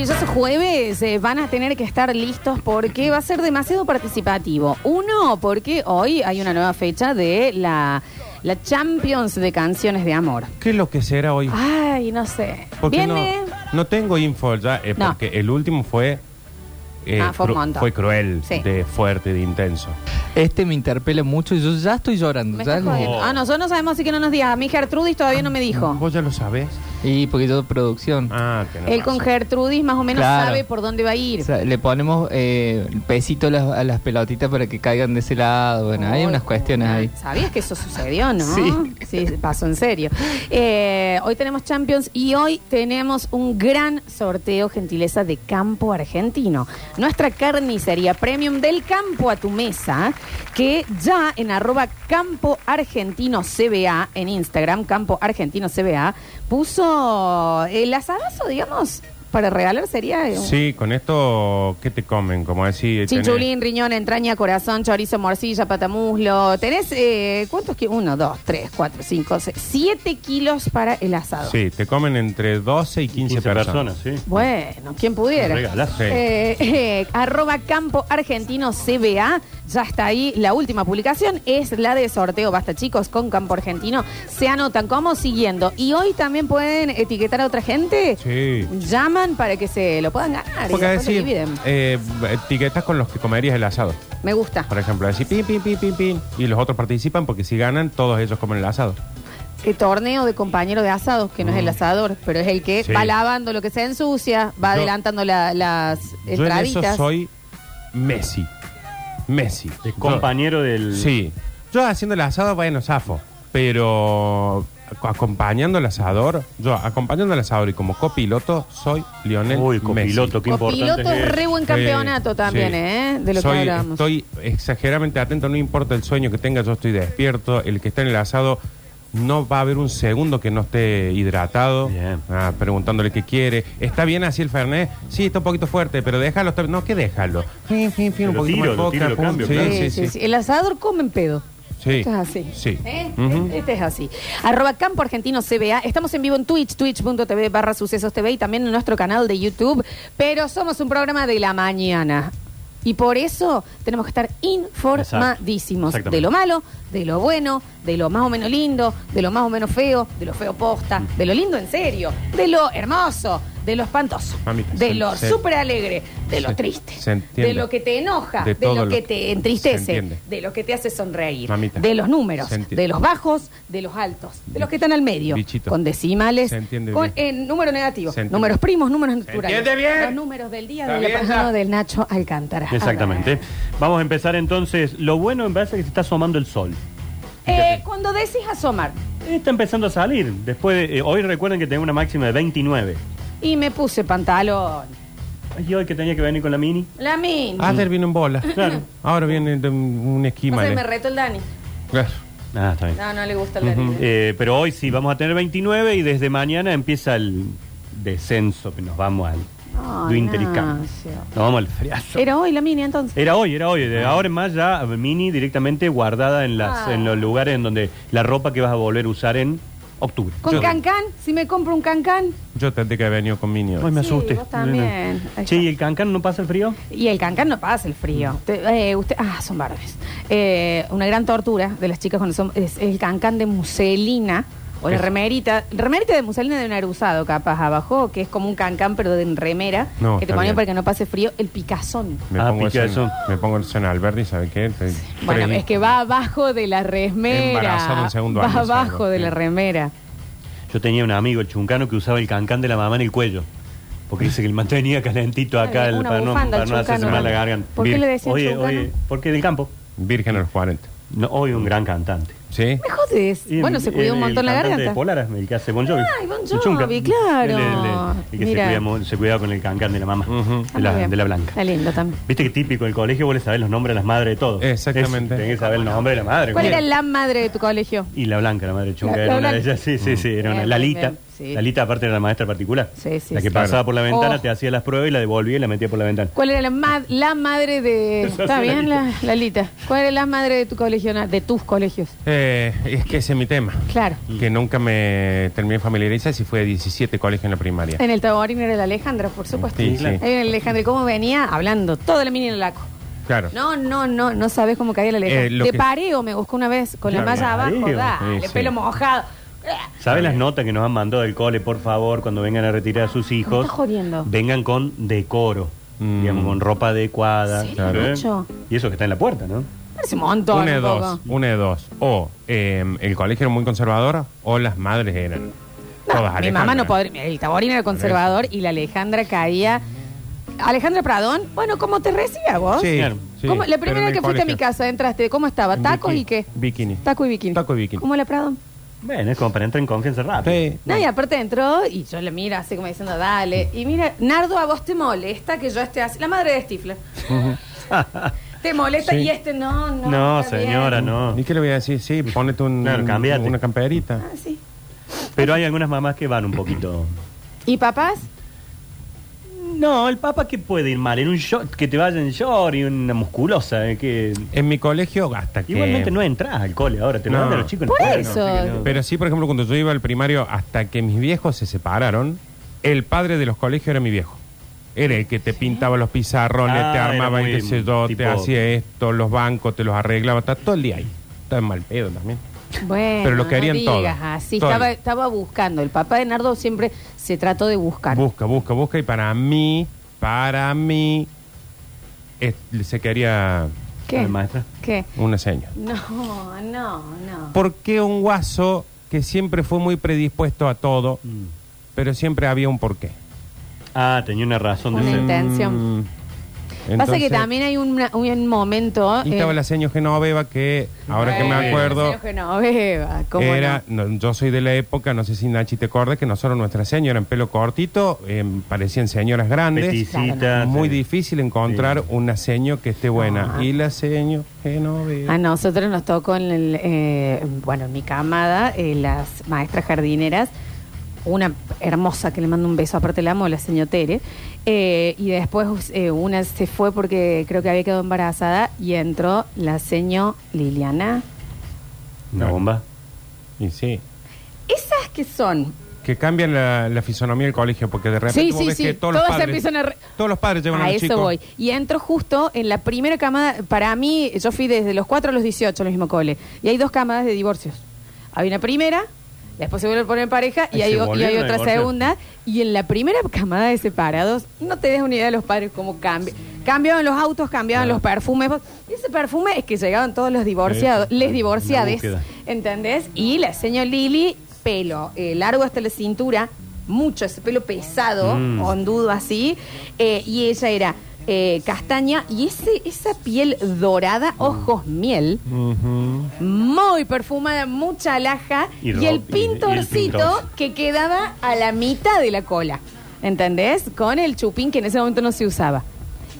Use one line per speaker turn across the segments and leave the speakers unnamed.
este jueves eh, van a tener que estar listos porque va a ser demasiado participativo. Uno, porque hoy hay una nueva fecha de la, la Champions de Canciones de Amor.
¿Qué es lo que será hoy?
Ay, no sé.
Porque
Ah, Viene.
No, no tengo info ya, eh,
No.
porque el último fue. eh,
Ah, fue un montón.
fue cruel,
Sí.
de fuerte, de intenso.
Este me interpela mucho y yo ya estoy llorando.
Me
ya
estás
lo-
jodiendo. Ah, nosotros no sabemos, así que no nos digas. A mí Gertrudis todavía no me dijo.
¿Vos ya lo sabés?
Y porque yo producción.
Ah, que no
Él con
pasa.
Gertrudis más o menos
Claro.
sabe por dónde va a ir.
O sea, le ponemos eh, el pesito a las, a las pelotitas para que caigan de ese lado. Bueno, hay
Ay,
unas cuestiones ahí.
¿Sabías que eso sucedió, no?
Sí.
Sí, pasó en serio. Eh, hoy tenemos Champions y hoy tenemos un gran sorteo, gentileza de Campo Argentino. Nuestra carnicería premium del campo a tu mesa, que ya en arroba Campo Argentino CBA, en Instagram, Campo Argentino CBA, puso el asadazo, digamos, para regalar sería... un-
Sí, con esto, ¿qué te comen? Como decir. tenés-
Chinchulín, riñón, entraña, corazón, chorizo, morcilla, patamuslo. Tenés, eh, ¿cuántos kilos? Uno, dos, tres, cuatro, cinco, seis, siete kilos para el asado.
Sí, te comen entre 12 y 15,
15
personas.
personas, sí.
Bueno, quien pudiera.
Un regalazo.
Eh, eh, arroba Campo Argentino CBA. Ya está ahí la última publicación. Es la de sorteo. Basta, chicos, con Campo Argentino. Se anotan como siguiendo. Y hoy también pueden etiquetar a otra gente.
Sí.
Llaman para que se lo puedan ganar.
Porque
y después lo
decir,
dividen.
eh, etiquetas con los que comerías el asado.
Me gusta.
Por ejemplo, decir pin, pin, pin, pin, pin. Y los otros participan porque si ganan, todos ellos comen el asado.
Eh, torneo de compañero de asados, que no es el asador, pero es el que
Mm. Sí.
va lavando lo que se ensucia, va
Yo-
adelantando la- las
Yo en eso
entraditas.
soy Messi. Messi.
De
Yo-
compañero del.
Sí. Yo haciendo el asado, bueno, zafo. Pero ac- acompañando al asador, yo acompañando al asador y como copiloto, soy Lionel
Uy,
Messi.
copiloto, qué importante.
Copiloto es
es.
re buen campeonato
Sí,
también,
sí.
¿eh? De lo
Soy-
que hablamos.
Estoy exageradamente atento, no importa el sueño que tenga, yo estoy despierto. El que está en el asado no va a haber un segundo que no esté hidratado.
Bien.
Ah, preguntándole qué quiere. ¿Está bien así el Fernet? Sí, está un poquito fuerte, pero déjalo. está- No, que déjalo. Fin, fin, fin, un
Lo
poquito
tiro,
más
lo
coca,
tiro, lo
pum.
cambio,
Sí,
claro.
sí, sí.
El asador come en pedo.
Sí.
Esto es así.
Sí.
¿Eh?
Ujú.
Este es así. Arroba Campo Argentino CBA. Estamos en vivo en Twitch, twitch.tv barra sucesos TV y también en nuestro canal de YouTube. Pero somos un programa de la mañana. Y por eso tenemos que estar informadísimos
Exacto. Exactamente.
de lo malo, de lo bueno, de lo más o menos lindo, de lo más o menos feo, de lo feo posta, de lo lindo en serio, de lo hermoso, de lo espantoso,
Mamita,
de
se-
lo
se-
súper alegre, de lo
se-
triste,
se entiende.
de lo que te enoja,
De
de,
todo
lo
lo
que
que-
te
se
entristece,
entiende.
de lo que te hace sonreír,
Mamita.
de los números,
Se entiende.
de los bajos, de los altos, de los que están al medio,
Bichito.
con decimales,
Se entiende
con
bien.
eh, número negativo,
Se entiende.
números primos, números naturales,
entiende bien?
los números del día
¿Está
de la
bien,
persona
ya?
del Nacho Alcántara. A ver.
Exactamente. Vamos a empezar entonces. Lo bueno me parece que se está asomando el sol.
Eh, cuando decís asomar,
Está empezando a salir. Después de- eh, hoy recuerden que tengo una máxima de 29.
y me puse pantalón,
Y hoy que tenía que venir con la mini.
la min,
Ayer vino en bola.
Claro.
Ahora viene de un un esquima.
Pasa que
¿eh?
me retó el Dani,
Claro.
Ah, está bien.
no, no le gusta el Dani.
Eh, pero hoy sí, vamos a tener 29 y desde mañana empieza el descenso que nos vamos al
Ay,
do intercambio.
Ignacio.
Nos vamos al friazo.
Era hoy la mini
Eh,
entonces.
Era hoy, era hoy. De ahora en más ya eh, mini directamente guardada en las
Ah.
en los lugares en donde la ropa que vas a volver a usar en octubre.
Con
yo-
cancán, si me compro un cancán.
Yo tendré que haber venido con Mini hoy.
Ay, me
Sí,
asusté.
vos también. Ahí está.
Che, ¿y el cancán no pasa el frío?
Y el cancán no pasa el
Mm.
frío. Te- eh, usted, ah, son barbes. Eh, una gran tortura de las chicas cuando son. Es el cancán de muselina o la
Es-
remerita. Remerita de muselina de un arusado, capaz, abajo, que es como un cancán, pero de en remera,
No,
que te
está
ponen
bien.
para que no pase frío. El picazón.
Me,
Ah,
pongo el
Picasso.
San- me pongo el San Alberti, ¿sabes qué? Te-
Bueno,
Freddy.
es que va abajo de la
Embarazado
remera.
en segundo
va
año,
abajo
seguro,
de
sí.
la remera.
Yo tenía un amigo, el chuncano, que usaba el cancán de la mamá en el cuello. Porque dice que el mantenía calentito acá
Ay,
el,
una
para, no,
bufanda
para
al
no hacerse
Chuncano.
mal la garganta.
¿Por qué
Vir-
le decían
oye,
Chuncano?
oye, porque del campo.
Virgen a los 40.
No, hoy un gran cantante.
¿Sí?
Me jodes.
Y el-
bueno, se cuidó
el-
un montón la
el cantante
garganta.
De Polaras, el que hace Bon Jovi.
Ay, Bon
El Chunca.
Jovi, claro.
El- el- el que se
Mira.
cuidaba, se cuidaba con el cancán de la mamá,
Ujú.
Está
de, la,
muy bien.
de la blanca.
Está lindo también.
Viste que típico el colegio, vos le sabés los nombres de las madres de todos.
Exactamente.
Es- tenés que saber el nombre de la madre.
¿Cuál
Bien.
era la madre de tu colegio?
Y la blanca, la madre chunca,
La-
era
la
una de
blanca.
ellas. Sí, sí, sí, era una.
Bien,
Lalita.
bien, sí.
Lalita, aparte, era la maestra particular.
Sí, sí,
La que
sí.
pasaba por la ventana,
Oh.
te hacía las pruebas y la devolvía y la metía por la ventana.
¿Cuál era la, ma- la madre de...
Esa
¿Está
fue
bien,
la
la, Lalita? ¿Cuál era la madre de tu colegio, na- de tus colegios?
Eh, Eh, es que ese es mi tema.
Claro.
Que nunca me terminé de familiarizar si fue 17 colegios en la primaria.
En el Taborín era el Alejandro, por supuesto.
Sí, sí.
Ahí viene el Alejandro, ¿cómo venía? Hablando toda la mini en el laco.
Claro.
No, no, no, no sabes cómo caía la
Eh,
Alejandro.
lo
Te
que-
pareo, me buscó una vez con la
Claro,
malla abajo,
pareo.
dale,
Sí, sí.
pelo mojado.
¿Saben las notas que nos han mandado del cole, por favor, cuando vengan a retirar a sus hijos?
estás jodiendo.
Vengan con decoro,
Mm.
digamos, con ropa adecuada.
¿Serio,
Claro.
Nacho?
Y eso que está en la puerta, ¿no?
Parece un montón.
Una de
un
dos,
poco.
una de dos. O eh, el colegio era muy conservador o las madres eran.
No,
Todas
mi
Alejandra.
mamá no podría. El Taborín era conservador y la Alejandra caía. Alejandra Pradón, bueno, ¿cómo te recibía vos?
Sí,
Claro.
sí,
¿Cómo- la
pero
primera
en
vez
el
que fuiste a mi
colegio.
casa entraste, ¿cómo estaba?
En
¿Tacos
bikini.
y qué?
Bikini.
Taco y bikini.
Taco y bikini.
¿Cómo la Pradón?
Bueno, es como para entrar en confianza rápido.
Sí.
No, y aparte entró y yo le miro así como diciendo, dale. Y mira, Nardo, a vos te molesta que yo esté así. La madre de Stifler. te molesta
Sí.
y este no, no.
No,
está bien.
señora, no.
¿Y qué le voy a decir? Sí, ponete un,
Claro, cambiate.
una camperita.
Ah, sí.
Pero hay algunas mamás que van un poquito.
¿Y papás?
No, el papá que puede ir mal, en un short, que te vaya en short y una musculosa, eh, que
En mi colegio, hasta que.
igualmente no entras al cole ahora, te lo
No.
mandan los chicos en
Por
la escuela,
eso.
así que no.
Pero sí, por ejemplo, cuando yo iba al primario, hasta que mis viejos se separaron, el padre de los colegios era mi viejo. Era el que te pintaba los pizarrones,
Ah,
te
era
armaba
muy
el sé yo, te
tipo-
hacía esto, los bancos, te los arreglaba, está todo el día ahí. Está en mal pedo también.
Bueno,
Pero lo querían
no digas
todo.
así.
Todo.
Estaba, estaba buscando. El papá de Nardo siempre se trató de buscar.
Busca, busca, busca. Y para mí, para mí, es- se quería
¿Qué?
Ay, maestra.
¿Qué?
una seña.
No, no, no.
¿Por qué un guaso que siempre fue muy predispuesto a todo,
Mm.
pero siempre había un porqué?
Ah, tenía una razón de
Una
ser.
intención.
Mm,
Pasa que
entonces-
también hay una- un momento.
Y
eh,
estaba la señor Genoveva que, ahora que me
bueno,
acuerdo,
señor Genoveva, ¿cómo no?
era, no, yo soy de la época, no sé si Nachi te acuerdas, que nosotros nuestras señoras eran pelo cortito, eh, parecían señoras grandes.
Peticita.
Muy
sí.
difícil encontrar una seño que esté buena.
Ah.
Y la seño Genoveva.
A nosotros nos tocó en el, eh, bueno, en mi camada, eh, las maestras jardineras, una hermosa que le mando un beso, aparte la amo, la señora Tere, eh, y después eh, una se fue porque creo que había quedado embarazada y entró la señora Liliana.
Una bomba.
Y sí.
¿Esas que son?
Que cambian la, la fisonomía del colegio, porque de repente
Sí,
vos
sí,
ves
sí.
que todos los
Todos se
padres,
empiezan a re-
todos los padres llevan
A
a los
eso
chicos.
voy. Y entro justo en la primera camada. Para mí, yo fui desde los 4 a los 18 al mismo cole. Y hay dos camadas de divorcios. Hay una primera, después se vuelve a poner en pareja y
Ay,
hay,
se
o- y
volvieron
hay
a
otra
divorciar.
segunda. Y en la primera camada de separados, no te des una idea de los padres cómo cambian. Cambiaban los autos, cambiaban los perfumes. Vos- Y ese perfume es que llegaban todos los divorciados,
Eso,
les
una
divorciades.
búsqueda.
¿Entendés? Y la señora Lili, pelo eh, largo hasta la cintura, mucho ese pelo pesado,
Mm.
hondudo así. eh, y ella era eh, castaña y ese, esa piel dorada, ojos miel,
Ujú.
muy perfumada, mucha alhaja
Y
y,
ro-
el
y- y el
pintorcito
pintor.
que quedaba a la mitad de la cola. ¿Entendés? Con el chupín que en ese momento no se usaba.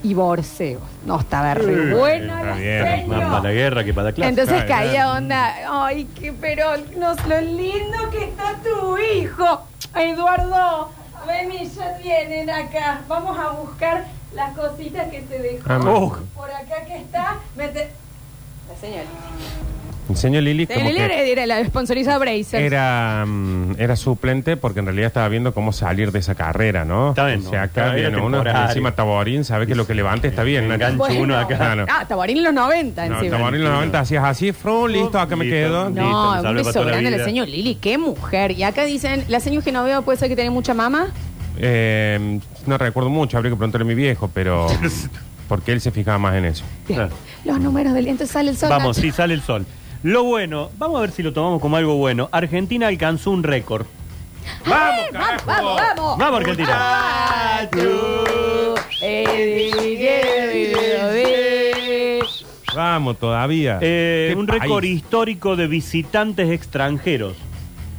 Y borcego. No, estaba re buena
está
la
bien,
señora.
Más para la guerra que para la clase.
Entonces
claro,
caía onda, ay, qué pero no, lo lindo que está tu hijo. Eduardo, vení, ya vienen acá. Vamos a buscar las cositas que te dejó.
Ah,
Oh.
Por acá que está, vete. La señora.
El señor Lili,
La
como
señora
que-
era, era la sponsorizada Bracer.
era, mm, era suplente porque en realidad estaba viendo cómo salir de esa carrera, ¿no?
Está bien,
O
no,
sea, acá
era
viene uno
temporario.
encima Taborín, sabe que lo que levante está bien. ¿no?
Engancho
Bueno.
uno acá.
Claro.
Ah, Tabarín en los 90
No,
encima.
Taborín en los 90 hacías así, fru, listo, acá me
Listo.
quedo.
Listo,
No,
nos
un
salve para
beso
toda la
grande la
vida.
señora Lili, qué mujer. Y acá dicen, la señora Genoveva puede ser que tiene mucha mamá.
Eh, no recuerdo mucho, habría que preguntarle a mi viejo, pero... Porque él se fijaba más en eso.
Claro.
Los números del... Entonces sale el sol.
Vamos,
Nacho.
sí, sale el sol. Lo bueno, vamos a ver si lo tomamos como algo bueno. Argentina alcanzó un récord.
¡Vamos,
Vamos,
carajo!
vamos, vamos.
¡Vamos, Argentina!
Vamos todavía.
Eh,
Ah, Qué
un récord
país.
histórico de visitantes extranjeros.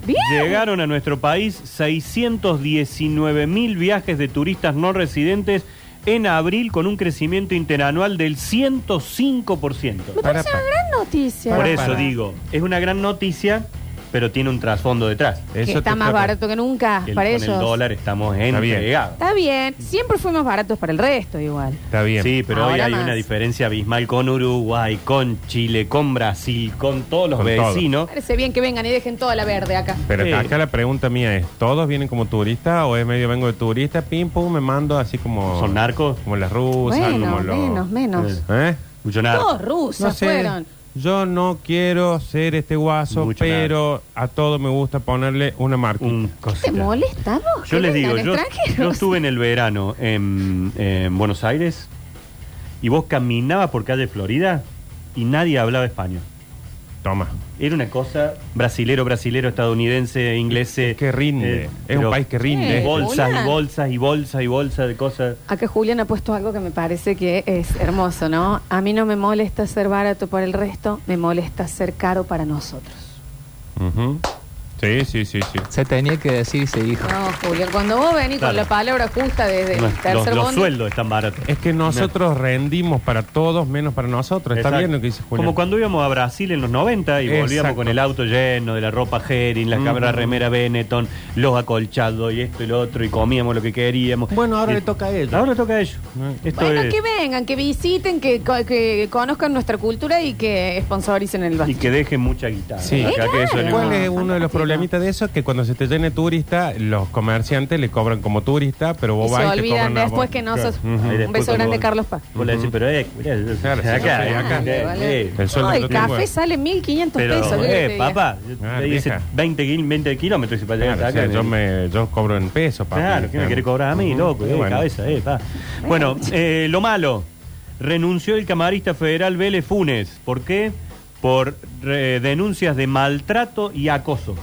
Bien.
Llegaron a nuestro país 619 mil viajes de turistas no residentes en abril con un crecimiento interanual del 105%.
Me parece una gran noticia.
Por
Para,
eso
para.
digo, es una gran noticia pero tiene un trasfondo detrás.
Que está
te
más
escapa.
barato que nunca
El-
Ah, para
con
ellos.
el dólar estamos
Está bien.
entregados.
Está bien, siempre fuimos baratos para el resto igual.
Está bien.
Sí, pero hoy
Ahora
hay
más.
una diferencia abismal con Uruguay, con Chile, con Brasil, con todos los
Con todos.
vecinos.
Parece bien que vengan y dejen toda la verde acá.
Pero
Sí.
acá la pregunta mía es, ¿todos vienen como turistas o es medio vengo de turista, pim, pum, me mando así como...
¿Son narcos?
Como las rusas,
Bueno,
como los...
menos, menos.
Eh,
¿Eh?
Mucho nada.
Todos rusos
No sé,
fueron.
yo no quiero ser este guaso,
Mucho Mm.
pero a todo me gusta ponerle una marca.
Un
¿Te
cosita.
molesta vos?
Yo
que
les digo,
vengan
yo,
extranjeros?
yo estuve en el verano en, en Buenos Aires y vos caminabas por calle Florida y nadie hablaba español.
Toma.
Era una cosa brasilero, brasilero, estadounidense, inglés. eh,
Que rinde.
eh,
es
pero
un país que rinde.
Eh,
Bolsas
Julián.
y bolsas y bolsas y bolsas de cosas.
Acá Julián ha puesto algo que me parece que es hermoso, ¿no? A mí no me molesta ser barato para el resto, me molesta ser caro para nosotros.
Ujú. Sí, sí, sí, sí.
Se tenía que decir y se dijo.
No, Julián, cuando vos venís
Claro.
con la palabra justa desde el
Los,
tercer
los
bondi,
sueldos están baratos.
Es que nosotros rendimos para todos menos para nosotros. Está
Exacto.
bien lo que dice Julián.
Como cuando íbamos a Brasil en los 90 y volvíamos
Exacto.
con el auto lleno de la ropa Herring, la
Mm.
cámara remera Benetton, los acolchados y esto y lo otro, y comíamos lo que queríamos.
Bueno, ahora
Y-
le toca a ellos.
Ahora le toca a ellos.
Mm.
Esto
Bueno,
es-
que vengan, que visiten, que, co- que conozcan nuestra cultura y que sponsoricen el
Y
barrio.
que dejen mucha guitarra.
Sí.
Acá
Eh,
que eso
claro.
le-
¿Cuál
No,
es uno de los
fantástico.
problemitas de eso? Que cuando se te llene turista, los comerciantes le cobran como turista, pero vos
Y
vas
se
y te
olvidan
cobran a
después
vos.
que nosotros.
Claro. Ujú.
Ahí
Un
después
beso
cuando
grande,
vos-
Carlos Paz.
Vos le decís, pero eh, mirá,
Claro, sí,
acá,
sí,
acá.
vale,
eh,
vale.
eh.
El sueldo
No,
no
el
tengo,
café
eh.
sale 1.500 pesos.
Pero,
¿qué
eh,
te digo?
papá, yo
Ah,
te dice
vieja.
20, kil- 20 kilómetros y para llegar
Claro,
hasta
o sea,
acá.
yo, me, yo cobro en pesos, papi.
Claro, ¿qué me quiere cobrar a mí,
Ujú.
loco?
Y
Eh,
bueno.
cabeza, eh, pa. Bueno, eh, lo malo. Renunció el camarista federal Vélez Funes. ¿Por qué? Por eh, denuncias de maltrato y acoso.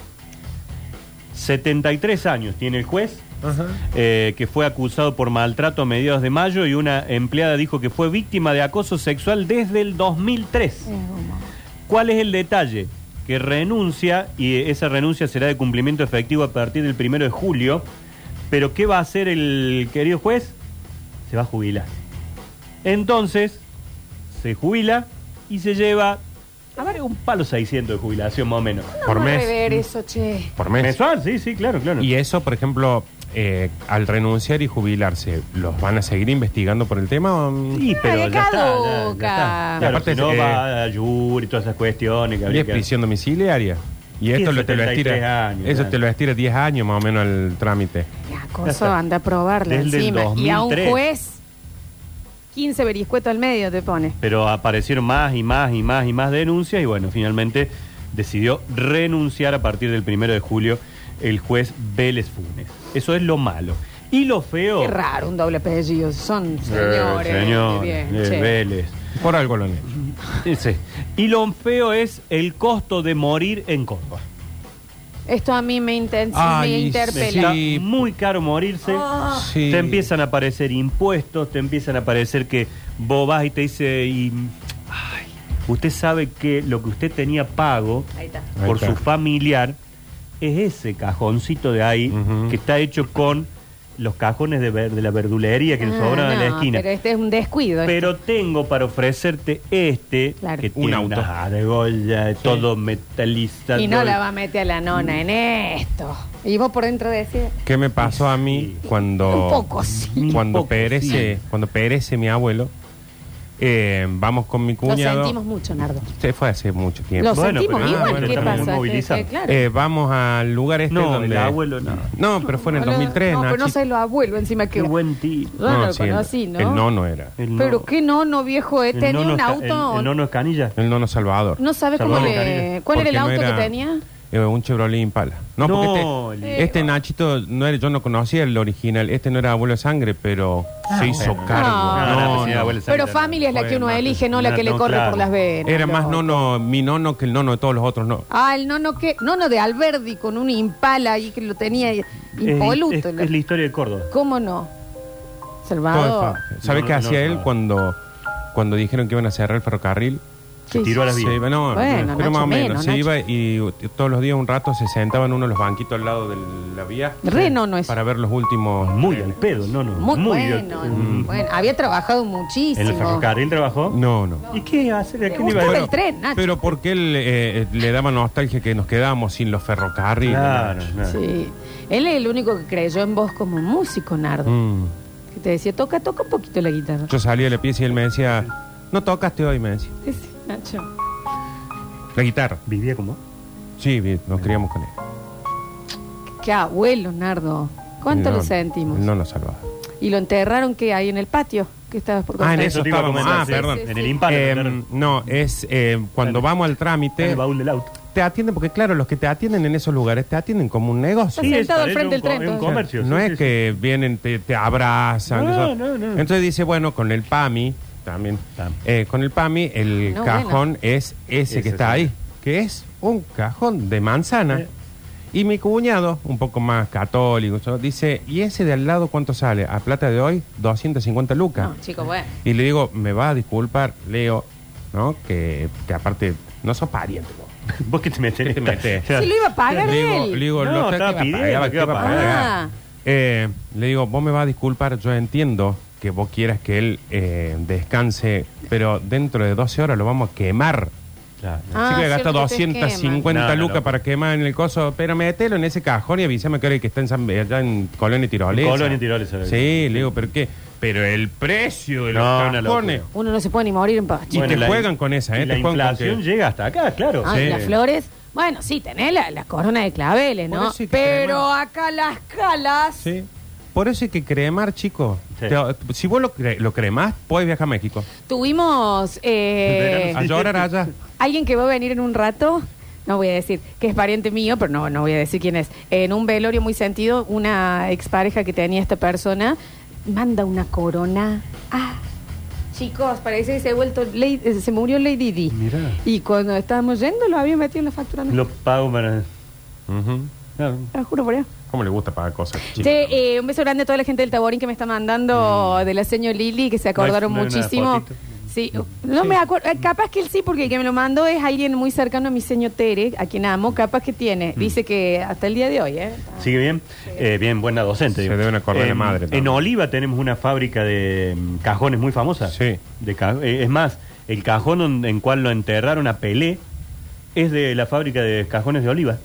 73 años tiene el juez,
Ajá.
eh, que fue acusado por maltrato a mediados de mayo y una empleada dijo que fue víctima de acoso sexual desde el 2003.
Es humo.
¿Cuál es el detalle? Que renuncia, y esa renuncia será de cumplimiento efectivo a partir del primero de julio, pero ¿qué va a hacer el querido juez? Se va a jubilar. Entonces, se jubila y se lleva, a ver, un palo 600 de jubilación más o menos.
No
Por
vamos a
mes.
rever eso, che.
Por mes.
Mensual, sí, sí, claro, claro.
Y eso, por ejemplo, eh, al renunciar y jubilarse, ¿los van a seguir investigando por el tema? o- mm,
Sí, pero
Ay,
ya está, ya- ya
caduca.
está.
Y
Claro,
aparte
si no
es-
va a Yur y todas esas cuestiones que
Y
habría
es
que-
prisión domiciliaria. Y esto lo- te lo
73
estira.
años,
eso
claro.
te lo estira 10 años más o menos el trámite.
Qué
Ya
acoso,
está.
anda a probarla
Desde el
encima. Y a un
2003.
juez, 15 beriscuetos al medio te pone.
Pero aparecieron más y más y más y más denuncias y bueno, finalmente decidió renunciar a partir del primero de julio el juez Vélez Funes. Eso es lo malo. Y lo feo...
Qué raro, un doble apellido. Son
Oh. Eh,
señores.
señor,
Bien,
eh,
che.
Vélez.
Por algo lo han hecho.
Sí. Y lo feo es el costo de morir en Córdoba.
Esto a mí me, inten-
Ay,
me interpela.
Está
sí.
muy caro morirse.
Ah.
Sí.
Te empiezan a aparecer impuestos, te empiezan a aparecer que vos vas y te dice, y, ay, usted sabe que lo que usted tenía pago
Ahí está.
Ahí
por
está.
su familiar es ese cajoncito de ahí
Ujú.
que está hecho con los cajones de, ver- de la verdulería que
Ah,
le sobran en la
no,
esquina.
Pero este es un descuido. esto.
Pero tengo para ofrecerte este
Claro.
que
Un
tiene
auto.
una argolla, todo metalizado.
Y no la va a meter a la nona en esto. Y vos por dentro decís,
¿Qué me pasó a mí cuando.
Un poco, sí.
Un
Cuando
poco,
perece,
sí.
cuando perece mi abuelo, eh, vamos con mi
lo
cuñado.
sentimos mucho, Nardo.
Se fue hace mucho
Lo
tiempo.
Eh, Bueno,
sentimos
pero-
igual.
ah, bueno,
¿Qué
estamos
pasa?
movilizados.
Que- que- claro.
Eh, vamos al lugar este
No,
donde.
el abuelo no.
No, pero fue en el
No,
2003,
No, pero no
Nachi.
sé lo abuelo encima que...
Qué buen tío.
Yo no, lo
sí, el-
conocí, ¿no?
El nono era.
El no-
Pero qué nono, viejo. eh.
el
Tenía
nono
un
ca-
auto...
El, el nono es canilla.
El nono Salvador.
No sabe cómo
Salvador
le...
Carillo.
¿Cuál era el auto
Porque no
que
era-
tenía?
Eh, un Chevrolet Impala. No,
No,
porque
el-
este, este Nachito, no era, yo no conocía el original. Este no era abuelo de sangre, pero se hizo
bueno.
cargo.
Ah, No,
No,
no, sí,
no.
abuelo de sangre,
Pero
no.
familia es la que uno
Bueno,
elige, no la que le
no,
corre
claro.
por las venas.
Era más
loco.
nono, mi nono que el nono de todos los otros. No.
Ah, el nono que... Nono de Alberdi con un impala ahí que lo tenía impoluto.
Es, es-
la-
es la historia de Córdoba.
¿Cómo no?
Todo
Salvador.
fa- ¿Sabés
No,
qué
no,
hacía
no,
él
no.
cuando, cuando dijeron que iban a cerrar el ferrocarril?
Se tiró a las vías.
Sí, bueno,
Bueno,
pero
Nacho,
más o menos.
menos,
se
Nacho.
iba y y todos los días un rato se sentaban uno en los banquitos al lado de la vía.
Re no, no es.
Para ver los últimos.
Muy al pedo, no, no.
Muy,
al-
bueno, bueno. Había trabajado muchísimo.
Mm. ¿En el ferrocarril trabajó?
No, no.
¿Y qué iba a hacer? ¿A
Me
quién iba a
gusta
hacer?
el tren, Nacho.
Pero porque él eh, le daba nostalgia que nos quedamos sin los ferrocarriles.
Claro,
Nacho.
claro.
Sí. Él es el único que creyó en vos como músico, Nardo.
Mm.
Que te decía, toca, toca un poquito la guitarra.
Yo salía de la pieza y él me decía, no tocaste hoy, me decía.
Sí, sí, Nacho.
La guitarra.
¿Vivía como?
Sí, bien, nos criamos con él.
Qué abuelo, Nardo. ¿Cuánto
No,
lo sentimos?
No nos salvaba.
¿Y lo enterraron que ahí en el patio? que estabas por
Ah, en
contar?
eso
te iba a
estábamos.
comentar,
Ah,
sí.
perdón.
En el impacto.
Eh,
claro.
no, es eh, cuando
Claro.
vamos al
En
trámite,
el baúl del auto.
te atienden, porque claro, los que te atienden en esos lugares te atienden como un negocio.
Sí, sentado al
parece
frente
un
del
co-
tren,
es un
todo.
comercio.
No
sí,
es
sí,
que vienen, te, te abrazan.
No,
eso.
no, no.
Entonces dice, bueno, con el PAMI, también,
Tam.
eh, con el PAMI, el
No,
cajón es ese,
Ese
que está
sí.
ahí, que es un cajón de manzana.
Eh.
Y mi cuñado, un poco más católico, eso, dice, ¿y ese de al lado cuánto sale? A plata de hoy, 250 lucas.
No, chico, bueno.
Y le digo, me va a disculpar, Leo, ¿no? Que, que aparte, no sos pariente. vos.
sí. ¿Vos qué te metés?
¿Qué te metés?
Claro.
Si lo iba a pagar
Le digo,
él.
le digo,
No,
loca,
estaba
¿qué va a
pidiendo,
pagar?
¿qué
¿Qué
va a
va a pagar?
pagar?
Eh, le digo, vos me vas a disculpar, yo entiendo que vos quieras que él eh, descanse, pero dentro de 12 horas lo vamos a quemar.
Claro.
Ah,
Así que gasta
cierto que te
250
queman. No, no,
lucas
no.
para quemar en el coso, pero metelo en ese cajón y avísame que ahora que está en, San, allá en Colonia Tirolesa.
En Colonia Tirolesa, lo
Sí, le digo, ¿pero qué? Pero el precio de los
No, una
cajones.
locura.
Uno no se puede ni morir en paz.
Y te juegan con esa, ¿eh?
y La
Te juegan con
inflación
que-
llega hasta acá, claro.
Ah,
Sí.
y las flores. Bueno, sí, tenés la- las coronas de claveles,
Por
¿no?
eso hay que
Pero
cremar.
acá las calas.
Sí. Por eso hay que cremar, chicos.
Sí.
Te- Si vos lo, cre- lo cremás, podés viajar a México.
Tuvimos eh,
A llorar allá.
alguien que va a venir en un rato, no voy a decir que es pariente mío, pero no, no voy a decir quién es. En un velorio muy sentido, una expareja que tenía esta persona manda una corona. Ah, chicos, parece que se ha vuelto Lady- eh, se murió Lady Di.
Mirá.
Y cuando estábamos yendo lo había metido en la factura. ¿no?
Lo pago para...
Ujú.
Claro.
Te lo juro por Dios.
¿Cómo le gusta pagar cosas? chicos?
Che, eh, un beso grande a toda la gente del Taborín que me está mandando, de la señor Lili, que se acordaron
Mm. No hay- no hay una
muchísimo.
fotito.
Sí, no me acuerdo, eh, capaz que él sí, porque el que me lo mandó es alguien muy cercano a mi señor Tere, a quien amo, capaz que tiene.
Mm.
Dice que hasta el día de hoy, ¿eh?
¿Sigue bien? Eh, bien, buena docente.
Se
digo.
deben acordar de
En-
madre
En
también.
Oliva tenemos una fábrica de mm, cajones muy famosa.
Sí.
De ca- eh, es más, el cajón en, en cual lo enterraron a Pelé es de la fábrica de cajones de Oliva.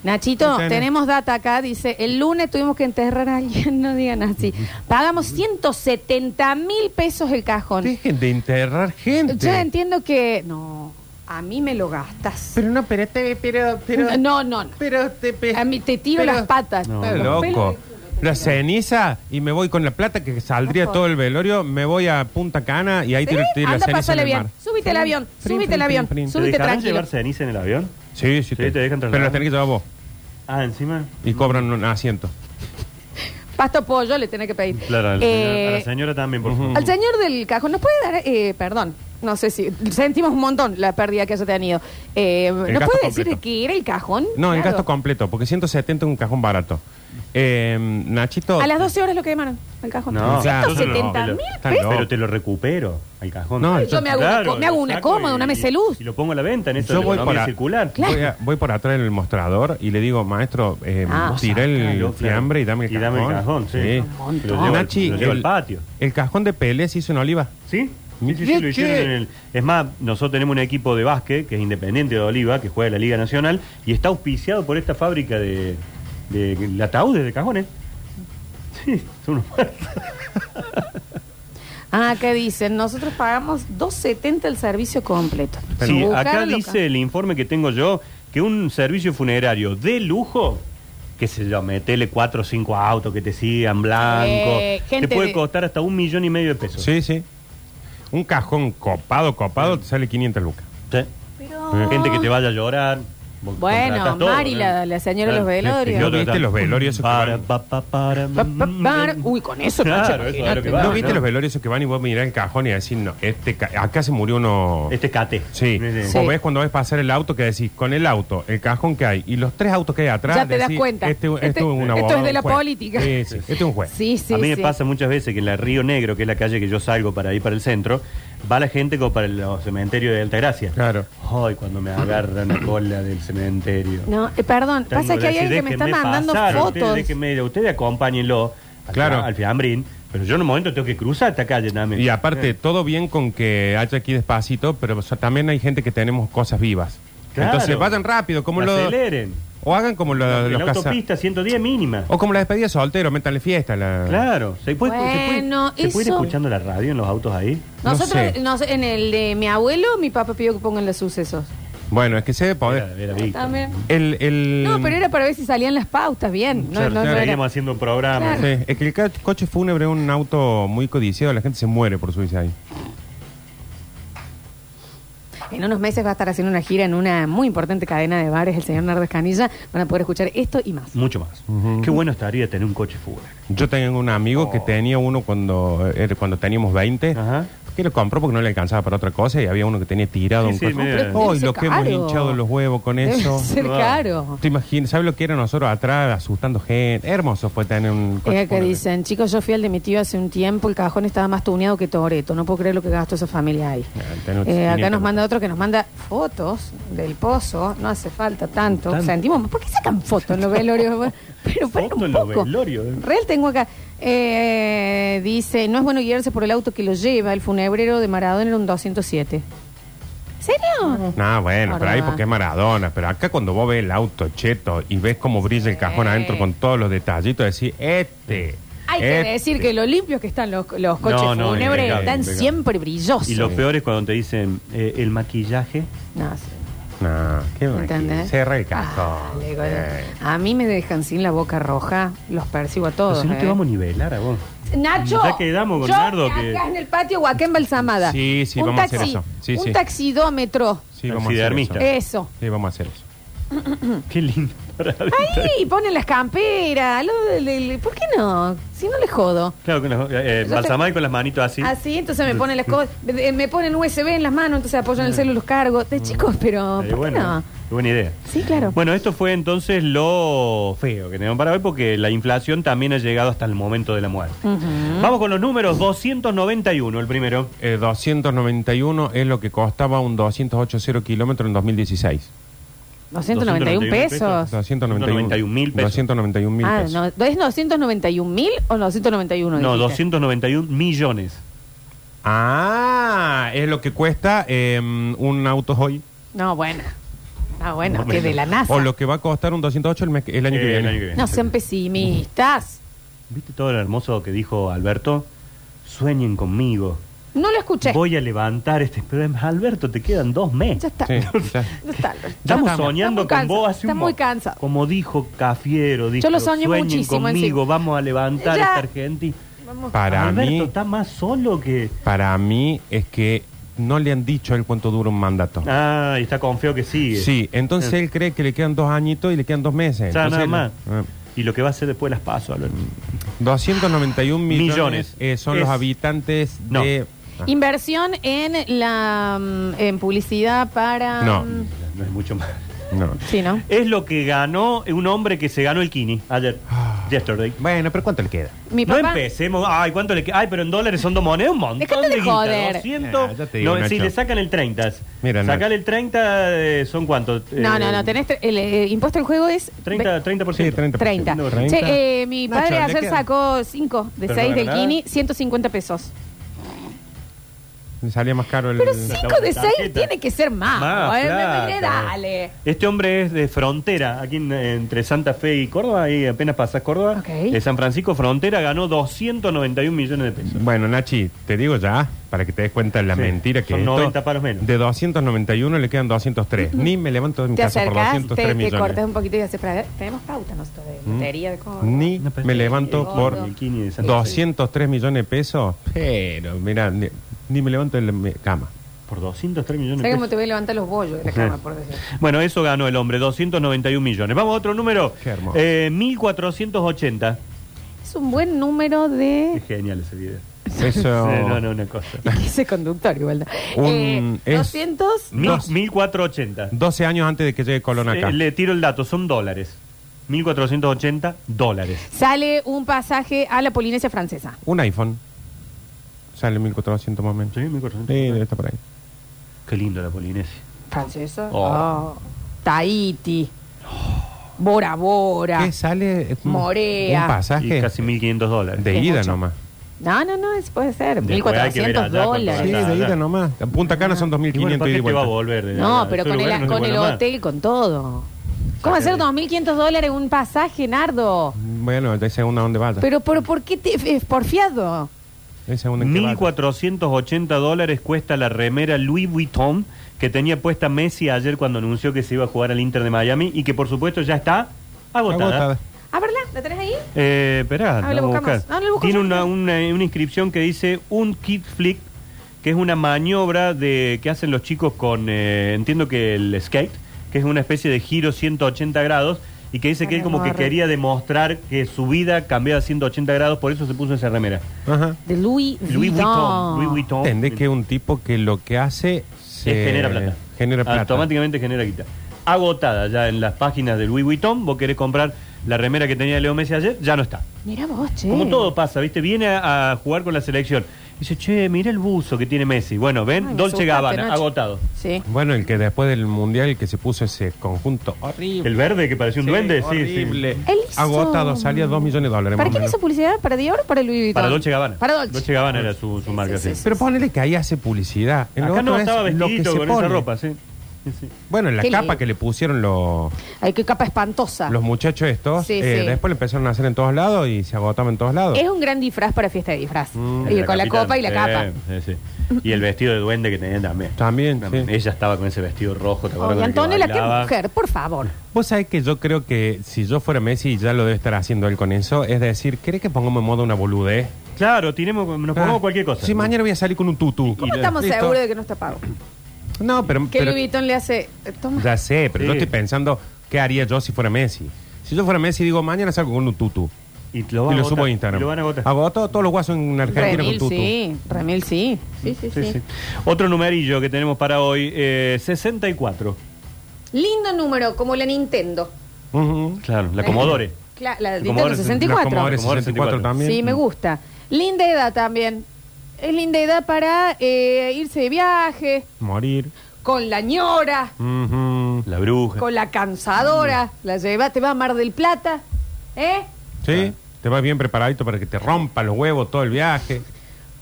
Nachito,
Sí, sí, no.
tenemos data acá, dice, el lunes tuvimos que enterrar a alguien, no digan así.
Mm.
Pagamos 170 mil pesos el cajón.
Dejen de enterrar gente.
Yo entiendo que, no, a mí me lo gastas.
Pero no, pero este, pero, pero,
no, no, no.
pero te, pe-
A mí te tiro
pero-
las patas.
No.
Está
Los pelos
loco.
del culo.
La ceniza y me voy con la plata que saldría
Ojo.
todo el velorio, me voy a Punta Cana y ahí
¿Sí?
tiro, tiro la
Anda,
ceniza en
pásale
el
bien.
mar.
Súbite al avión,
Frin,
súbite al
frin,
avión,
frin, frin.
¿Te
súbite
dejarán
tranquilo.
llevar ceniza en el avión?
Sí, sí,
Sí, te dejan trasladar.
Pero la tenés que llevar vos
Ah, encima.
y cobran un asiento.
Pasto pollo le tenés que pedir.
Claro, a la,
Eh,
señora, a la señora también, por favor.
al señor del cajón, ¿nos puede dar, eh, perdón, no sé si, sentimos un montón la pérdida que haya tenido. Eh, ¿Nos
gasto
puede decir
completo.
que era el cajón?
No, en
Claro.
gasto completo, porque 170 es un cajón barato. Eh, Nachito.
A las 12 horas lo quemaron, el cajón.
No,
claro.
170
Pero-
mil
Están
pesos.
Pero te lo recupero al cajón.
No,
Yo me hago una co- me hago
lo
una
saco
cómoda,
y-
una mesa de luz.
Y lo pongo a la venta en eso
Yo
de la
voy
economía
por, a-
circular.
voy, a- voy por atrás en el mostrador y le digo, maestro, eh,
Ah.
tiré el
Sacalo,
fiambre y dame el
y
cajón.
dame el cajón, sí.
Un montón.
Lo llevo al-
Nachi,
lo llevo
el-
al patio.
El cajón de Pelé se hizo en oliva.
¿Sí? Sí, sí,
Mirá
sí, lo hicieron
que-
en el- Es más, nosotros tenemos un equipo de básquet que es independiente de Oliva, que juega en la Liga Nacional, y está auspiciado por esta fábrica de, de, de ataúdes de cajones. Sí, son unos muertos.
Ah, ¿qué dicen? Nosotros pagamos 270 el servicio completo.
Pero-
Sí,
Buscar
acá
al local.
dice el informe que tengo yo que un servicio funerario de lujo, que se yo, metele cuatro o cinco autos que te sigan blanco,
Eh,
te
gente
puede
de-
costar hasta un millón y medio de pesos.
Sí, sí. Un cajón copado, copado, te sale 500 lucas.
Sí.
Pero-
Gente que te vaya a llorar. Vos
Bueno,
contratás todo,
Mari,
¿no?
la, la señora de los
Claro.
velorios.
Y
¿No
otro
viste
está-
los velorios esos que
Para,
van?
pa, pa, para,
Pa, pa, para.
mm, mm.
Uy, con eso,
Claro,
Nacho,
eso es lo que va,
imagínate.
¿No viste
¿no?
los velorios esos que van y vos mirás el cajón y decís, no, este ca- acá se murió uno...
Este cate.
Sí.
Sí.
Vos ves cuando ves pasar el auto que decís, con el auto, el cajón que hay y los tres autos que hay atrás.
Ya te das
decís,
cuenta.
Este, este
Este-
es un
esto
abogado,
es de
un
la
juez.
política.
Sí, sí, este es un juez.
Sí, sí,
a mí me
sí.
pasa muchas veces que en la Río Negro, que es la calle que yo salgo para ir para el centro, va la gente como para el cementerio de Altagracia.
Claro.
Ay, cuando me agarra una cola del cementerio.
No, eh, perdón,
Tengo
pasa que hay
decir,
alguien que me está
"Déjenme
mandando
pasar,
fotos.
Ustedes, déjenme- ustedes acompáñenlo al-
Claro.
al fiambrín, pero yo en un momento tengo que cruzar esta calle también.
Y aparte, todo bien con que haya aquí despacito, pero o sea, también hay gente que tenemos cosas vivas.
Claro.
Entonces vayan rápido, como lo...
Aceleren.
O hagan como lo-
En
los
la
casa-
autopista 110 mínima.
O como la despedida de soltero, métanle fiesta. a La...
Claro, se puede,
Bueno,
se puede, se puede ir
eso-
escuchando la radio en los autos ahí.
No
Nosotros,
sé.
nos- en el de mi abuelo, mi papá pidió que pongan los sucesos.
Bueno, es que se debe
Era-
poder.
era Víctor.
También.
El, el...
No, pero era para ver si salían las pautas bien. No,
Claro,
no, no era-
seguimos haciendo un programa.
Claro.
Sí, es que el ca- coche fúnebre es un auto muy codiciado, la gente se muere por subirse ahí.
En unos meses va a estar haciendo una gira en una muy importante cadena de bares, el señor Nardes Canilla. Van a poder escuchar esto y más.
Mucho más. Qué bueno estaría tener un coche fútbol.
Yo tengo un amigo que tenía uno cuando, eh, cuando teníamos 20,
Oh. Ajá.
que lo compró porque no le alcanzaba para otra cosa y había uno que tenía tirado
Sí,
un
sí,
coche.
Pero
me- Uy,
debe
¡Ay,
ser
lo que hemos
caro.
hinchado los huevos con
Debe
eso!
ser
No.
caro.
¿Te imaginas? ¿Sabes lo que era nosotros atrás asustando gente? Hermoso fue tener un coche
Es que
fúnebre.
dicen, chicos, yo fui al de mi tío hace un tiempo, el cajón estaba más tuneado que Toreto, no puedo creer lo que gastó esa familia ahí.
Ah, tenemos
Eh, acá
500.
nos manda otro que nos manda fotos del pozo, no hace falta tanto,
Tanto.
sentimos, ¿por qué sacan fotos en los velorios? Pero para
Foto
un
en los
poco.
velorios, eh.
Real tengo acá, eh, dice, no es bueno guiarse por el auto que lo lleva, el funebrero de Maradona era un 207. ¿Serio?
No, bueno,
Ahora
pero ahí
va.
porque es Maradona. Pero acá cuando vos ves el auto cheto y ves cómo brilla el cajón
Sí.
adentro con todos los detallitos, decís, este.
Hay que
este.
decir que lo limpios que están los, los coches
No, no,
fúnebres
impecable,
están
impecable.
siempre brillosos.
Y lo peor es cuando te dicen eh, el maquillaje.
No, sí.
No, qué
¿Entendés?
¿Entendés? Cerra el cajón.
Ah, le digo,
Eh.
A mí me dejan sin la boca roja, los percibo a todos.
si no te
¿eh?
vamos a nivelar a vos.
Nacho,
Ya quedamos con
yo
Nardo
acá
que-
en el patio Huacán Balsamada.
Sí, sí,
un
vamos a
taxi,
hacer eso. Sí,
un
sí.
taxidómetro.
Sí, vamos a hacer
Taxidermista.
eso.
Eso.
Sí, vamos a hacer eso.
Mm.
Qué lindo. para ver.
Ahí ponen las camperas. lo del- del- ¿Por qué no? Si no le jodo.
Claro, con las, eh, eh,
Yo Ah,
Balsamá y con las manitos así.
Así, entonces me ponen las cosas.
Mm.
eh, Me ponen USB en las manos, entonces apoyan el celular los cargos. De chicos, pero.
Eh,
¿Por qué
bueno,
no?
qué buena idea.
Sí, claro.
Bueno, esto fue entonces lo feo que tenemos para hoy porque la inflación también ha llegado hasta el momento de la muerte. Vamos con los números. 291, el primero.
Eh, 291 es lo que costaba un 280 kilómetro en 2016.
291 pesos.
291
mil pesos.
291 mil
Ah,
pesos.
no, ¿es 291 mil o 991?
No,
dijiste?
291 millones.
Ah, es lo que cuesta eh, un auto hoy.
No, bueno. Ah, bueno,
Momento.
que de la NASA.
O lo que va a costar un 208 el, mes que- el año que
Eh, el
viene.
año que viene.
No sean pesimistas.
¿Viste todo lo hermoso que dijo Alberto? Sueñen conmigo.
No lo escuché.
Voy a levantar este programa. Alberto, te quedan dos meses.
Ya está.
Sí, ya.
Ya está, Alberto.
Estamos
Ya está.
soñando
Está
con
muy
vos
cansado,
hace
Está
un
muy
mo-
cansado.
Como dijo Cafiero, dijo,
Yo lo soñé
sueñen
muchísimo,
conmigo,
encima.
vamos a levantar
Ya.
esta Argentina.
Para
Alberto
mí,
está más solo que...
para mí es que no le han dicho a él cuánto dura un mandato.
Ah, y está confiado que sigue.
Sí, entonces él cree que le quedan dos añitos y le quedan dos meses.
Ya,
Entonces,
nada
él-
Y lo que va a hacer después de las paso, Alberto.
eh, 291 millones,
Millones.
eh, son
Es-
los habitantes
No.
de... Ah,
Inversión en la mm, en publicidad para.
No.
mm,
No es mucho más.
no.
Sí, ¿no?
Es lo que ganó un hombre que se ganó el Kini ayer.
Ah.
Yesterday.
Bueno, pero ¿cuánto le queda?
Mi
No
papá.
empecemos. Ay, ¿cuánto le queda? Ay, pero en dólares son dos monedas, un montón.
Dejate de
guita,
joder.
200.
Ah, ya te digo,
no, si
Nacho.
le sacan el 30.
Mira, Nacho.
Sacale el 30, eh, ¿son cuántos?
no, no, no. Tenés tre- el eh, impuesto al juego es.
30, 30%.
Sí, 30%.
30.
30.
Che, eh, mi
Nacho,
padre
¿de
ayer
qué?
sacó 5 de
Pero
6
no
del
ganó
Kini,
nada.
150 pesos.
Le salía más caro el...
Pero
acabo
5
de
de 6
tarjeta.
tiene que ser más.
Mm. Más,
¿eh?
claro.
Mire, Dale.
Este hombre es de frontera, aquí en- entre Santa Fe y Córdoba, ahí apenas pasas Córdoba.
Ok.
De San Francisco, frontera, ganó 291 millones de pesos.
Bueno, Nachi, te digo ya, para que te des cuenta de la
Sí,
mentira que
son
es esto,
90 palos menos.
De 291 le quedan 203. Ni me levanto de mi
Te
casa por
acercás,
203
te, te
millones.
cortas un poquito y haces para Tenemos pauta nosotros de
Mm.
lotería, de cómo.
Ni
No, pero
me
el
levanto
Kini,
por
el
Kini de Santa Fe.
203 millones de pesos. Pero, mira, ni, ni me levanto de la mi- cama.
Por 203 millones de
¿Sabes cómo
pesos.
te voy a levantar los bollos de la cama, por decir?
Bueno, eso ganó el hombre, 291 millones. Vamos a otro número.
Qué hermoso.
Eh, 1480.
Es un buen número de.
Es genial ese video.
Eso.
Sí, no, no, una cosa.
Ese conductor, igual.
Un-
eh,
es-
200.
Mil-
Dos.
1480.
12 años antes de que llegue Colón acá.
Eh, le tiro el dato, son dólares. 1480 dólares.
Sale un pasaje a la Polinesia Francesa.
Un iPhone. Sale 1400 más o menos.
Sí, 1400.
Sí, está por ahí.
Qué lindo la Polinesia.
Francesa.
Oh.
Oh. Tahiti. Bora Bora.
¿Qué sale? Es un-
Morea.
Un
Y
pasaje
casi 1500 dólares.
de
Es
ida
mucho.
nomás.
No, no, no, eso puede ser.
Después hay que ver
1400
allá cuánto
Sí,
dólares.
gana.
de ida nomás. Punta Cana son
Y bueno,
2500
¿para
ida
qué
y
te va a
vuelta.
volver? de-
No,
de-
pero
de-
con
lugar
el,
no se
con
vuelve
el
más?
hotel, con todo. ¿Cómo hacer 2.500 dólares un pasaje, Nardo?
Bueno, de segunda donde vaya.
Pero, pero ¿por qué te es porfiado?
De segunda en que vaya.
1480 dólares cuesta la remera Louis Vuitton que tenía puesta Messi ayer cuando anunció que se iba a jugar al Inter de Miami y que por supuesto ya está agotada.
Agotada.
A verla, ¿la tenés ahí?
Eh, esperá,
Ah, la
la voy a
buscamos.
buscar.
Ah, la busco
Tiene
yo.
una, una, una inscripción que dice un kick flick, que es una maniobra de que hacen los chicos con, eh, entiendo que el skate, que es una especie de giro 180 grados, y que dice que él como que
Agarra.
quería demostrar que su vida cambiaba a 180 grados, por eso se puso esa remera.
Ajá.
De Louis Vuitton.
Louis Vuitton. Louis Vuitton.
Entendés que es un tipo que lo que hace
Es-
se
genera plata.
Genera plata.
Automáticamente genera guita. Agotada ya en las páginas de Louis Vuitton, vos querés comprar la remera que tenía Leo Messi ayer, ya no está.
Mira vos, che.
Mm.
Como todo pasa, ¿viste? Viene a, a jugar con la selección. Dice, che, mira el buzo que tiene Messi. Bueno, ven,
Ay, me
Dolce
asustaste,
Gabbana,
Nacho.
agotado.
Sí.
Bueno, el que después del mundial el que se puso ese conjunto horrible.
El verde que parecía un duende, sí, sí.
horrible.
Él hizo-
Agotado, salía 2 millones de dólares.
¿Para
más o
quién
menos.
hizo publicidad? ¿Para Dior o para Louis Vuitton?
Para Dolce Gabbana.
Para Dolce.
Gabbana era su, su marca,
sí,
sí.
sí,
Pero ponele que ahí hace publicidad. En lo
Acá
otro
no
es
estaba
lo que
vestidito
se
con
pone.
esa ropa, sí. Sí, sí.
Bueno, en la
Qué
capa
lindo.
que le pusieron los,
Ay, qué capa
Ah.
espantosa.
los muchachos estos,
Sí,
eh,
sí.
después le empezaron a hacer en todos lados y se agotaban en todos lados.
Es un gran disfraz para fiesta de disfraz.
Mm.
Y con la
capita,
copa y la
sí,
capa.
sí, sí. Y el vestido de duende que tenía también.
También, sí.
Ella estaba con ese vestido rojo, ¿te
Ay,
acuerdas? con el que
Antonella, qué
bailaba?
mujer, por favor.
Vos sabés que yo creo que si yo fuera Messi, ya lo debe estar haciendo él con eso, es decir, ¿querés que pongamos en moda una boludez?
Claro, tiremos, nos
Ah,
pongamos cualquier cosa.
Si mañana voy a salir con un tutú.
¿Cómo estamos
Listo.
seguros de que no está pago?
No, pero...
Que
pero-
Louis Vuitton le hace. eh, Toma.
ya sé, pero
Sí.
yo estoy pensando, ¿qué haría yo si fuera Messi? Si yo fuera Messi, digo, mañana salgo con un tutú.
Y lo,
y
van
lo
a
subo a
agotar,
Instagram.
y lo van a agotar.
Agotó todos los guasos en Argentina
Remil
con tutú.
sí, Remil sí. Sí, sí,
Sí,
sí.
sí. Otro numerillo que tenemos para hoy, eh, 64.
Lindo número, como la Nintendo.
Ujú.
Claro, la Commodore.
Cla- la
La
Nintendo
Commodore-
64.
La Commodore 64,
64
también.
Sí, me gusta. Linda edad también. Es linda edad para eh, irse de viaje,
Morir.
con la ñora,
Ujú.
La bruja.
con la cansadora. La lleva, te va a Mar del Plata. ¿Eh?
Sí, te vas bien preparadito para que te rompa los huevos todo el viaje.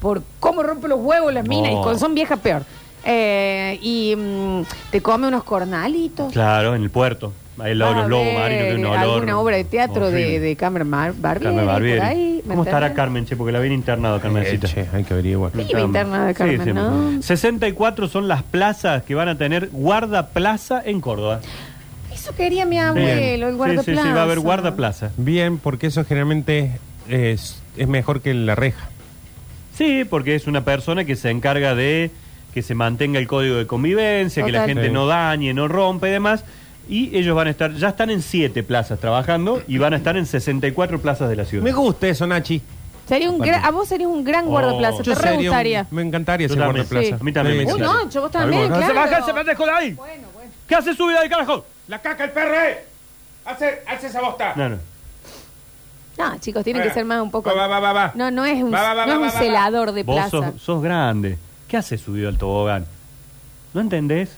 por cómo rompe los huevos las minas
No.
y con son viejas peor. Eh, y mm, te come unos cornalitos.
Claro, en el puerto. Ahí al lado de
Vas a
los lobos
ver
marinos, tiene un olor.
Alguna obra de teatro de,
horrible.
de Carmen Mar Barbieri,
Carmen Barbieri.
por ahí, ¿me
¿Cómo estará
entendés?
Carmen, che? Porque la viene internado, Carmencita.
Eh, che, hay que averiguar.
Sí, vive internada de Carmen, ¿no?
64 son las plazas que van a tener guarda plaza en Córdoba.
Eso quería mi
Bien.
abuelo, el guardaplaza.
Sí, sí, sí, va a haber guardaplaza.
Bien, porque eso generalmente es, es mejor que la reja.
Sí, porque es una persona que se encarga de que se mantenga el código de convivencia, que la
Total.
gente
Sí.
no dañe, no rompe y demás. Y ellos van a estar, ya están en siete plazas trabajando y van a estar en 64 plazas de la ciudad.
Me gusta eso, Nachi.
Sería un gran- a vos serías un gran
Oh.
guardaplaza,
Yo
te re
sería un-
gustaría.
me encantaría
Yo
ser
también.
guardaplaza.
Sí.
A mí también me
Uy,
gustaría.
no, yo vos también,
No
claro.
se baja ese pendejo de ahí.
Bueno, bueno.
¿Qué hace su vida de carajo?
La caca, el perro, eh. Hace, hace esa bosta.
No, no.
No, chicos, tiene
Eh,
que ser más un poco...
Va, va, va, va.
No, no es un,
Va, va, va,
no es
va,
un
va, va.
celador de
Vos
plaza.
sos, sos grande. ¿Qué hace subido al tobogán? ¿No entendés?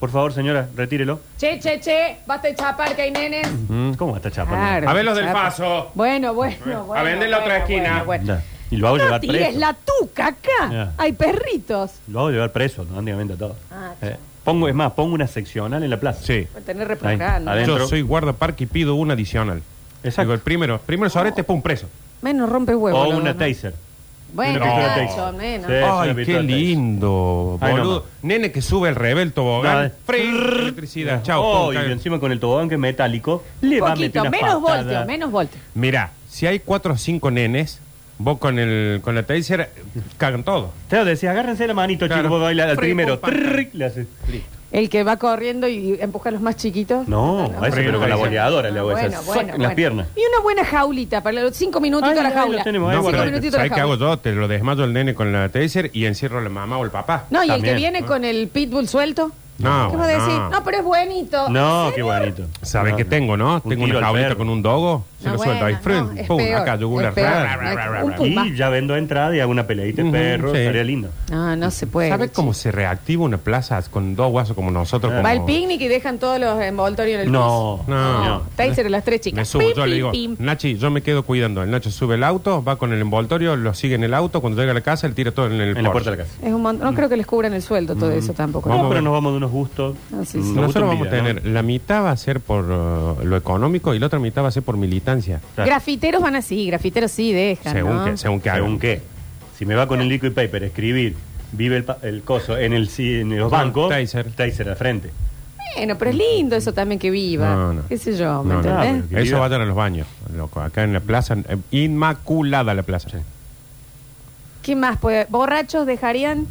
Por favor, señora, retírelo.
Che, che, che, basta de chapar que hay nenes.
Mm.
¿Cómo está chapando?
Claro,
A ver los del
chapa.
Faso.
Bueno, bueno, bueno.
A vender la otra
bueno,
esquina.
bueno, bueno.
Ya. Y lo hago
No
llevar
tires
preso.
la tuca acá.
Ya.
Hay perritos.
Lo hago llevar preso, automáticamente a todo.
Ah,
Eh, pongo, es más, pongo una seccional en la plaza.
Sí.
Voy a tener
Ahí,
replacado.
adentro.
Yo soy guardaparque y pido un adicional.
Exacto.
Digo, el primero, primero sobrete, pum, preso.
Menos rompe huevo.
o
boludo,
una
¿no?
taser.
Bueno,
una pistola
Nacho,
taser.
menos.
Sí. Es una
Ay,
pistola
qué
de tenis.
lindo,
Ahí
boludo.
nomás.
Nene que sube el rebel
No,
tobogán.
eh.
Free, electricidad. Chao.
Oh,
pum,
y
cae.
encima con el tobogán que es metálico, le va a
Poquito,
meter una
menos
patada.
voltio, menos voltio.
Mirá, si hay cuatro o cinco nenes, Vos con el con la taser cagan todo.
Claro, decís, agárrense la manito,
Claro.
chicos, vos baila al
Fri,
primero.
pum, pam, pam.
trrrric, le haces.
El que va corriendo y empuja a los más chiquitos.
No, a ese
Fri,
pero con la
Fri.
boleadora le
Ah,
hago
bueno,
esas.
bueno,
En las
bueno.
piernas.
Y una buena jaulita para los cinco minutitos
Ahí,
a la
ahí
jaula.
lo tenemos, ahí
No,
Cinco
pero
minutitos a la
¿sabes qué hago
jaula.
yo? Te lo desmayo el nene con la taser y encierro a la mamá o el papá.
No, y el que
También,
viene
¿no?
con el pitbull suelto.
No,
¿Qué vas a
no.
decir? No, pero es buenito.
No, qué bonito.
¿Sabes
No,
qué
no.
tengo, no?
Un
tengo una
tiro al
jaulita
perro.
con un dogo. Se
No,
lo suelto ahí.
bueno,
Frin,
no, es
pum,
peor,
acá, yugular.
es peor.
Ra, ra, ra, ra,
Un
ra.
pulpo. Pumba.
Y ya vendo entrada y hago una peleadita de
Ujú,
perro,
sí.
estaría lindo.
No, no se puede.
¿Sabes cómo se reactiva una plaza con dos guasos como nosotros?
Va al
como-
picnic y dejan todos los envoltorios en el piso.
No,
No.
no.
Taser a las tres chicas.
Me subo,
Pim,
yo le
pim,
digo,
pim.
Nachi, yo me quedo cuidando. El Nacho sube el auto, va con el envoltorio, lo sigue en el auto. Cuando llega a la casa, él tira todo en el
En
porche.
la puerta de la casa.
Es un montón. No creo que les cubran el sueldo
Mm.
todo eso tampoco.
Vamos
No,
a
pero
ver.
nos vamos de unos gustos.
Ah, sí, sí.
Unos gustos
Nosotros
en
vamos a
vida, ¿no?
tener, la mitad va a ser por uh, lo económico y la otra mitad va a ser por militancia.
Claro.
Grafiteros van así, grafiteros sí dejan.
según,
¿no?
que, según que hagan.
Según qué. Si me va con el liquid paper a escribir, vive el, pa- el coso en, el, si- en los
Con
bancos.
taser.
Taser al frente.
Bueno, pero es lindo eso también que viva.
No, no.
¿Qué sé yo? ¿Me
No, no,
entendés?
pero que
Eso
diga.
va a estar en los baños, loco. Acá en la plaza, eh, inmaculada la plaza.
¿Qué más? puede? ¿Borrachos dejarían?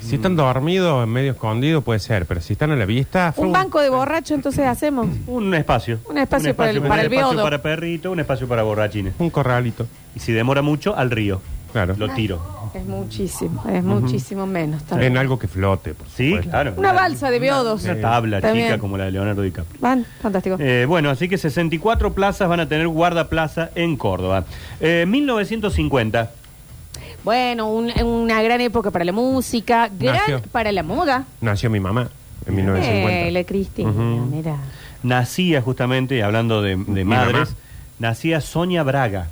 Si están dormidos, medio escondidos, puede ser. Pero si están a la vista... fue
¿Un banco de borrachos entonces hacemos?
Un espacio.
Un espacio para el-
un
para el
espacio
biodo.
para perrito, un espacio para borrachines.
Un corralito,
Y si demora mucho, al río.
claro.
Lo tiro.
Es muchísimo, es muchísimo menos. también.
En algo que flote, por
Sí,
supuesto.
claro.
Una balsa de biodos.
Una tabla
También.
chica como la de Leonardo DiCaprio.
Van, fantástico.
Eh, bueno, así que 64 plazas van a tener guardaplaza en Córdoba. Eh, 1950.
Bueno, un- una gran época para la música, gran
Nació.
para la moda.
Nació mi mamá en
Eh,
1950.
la Cristina, mira.
nacía justamente, y hablando de, de
Mi
madres,
mamá.
nacía Sonia Braga.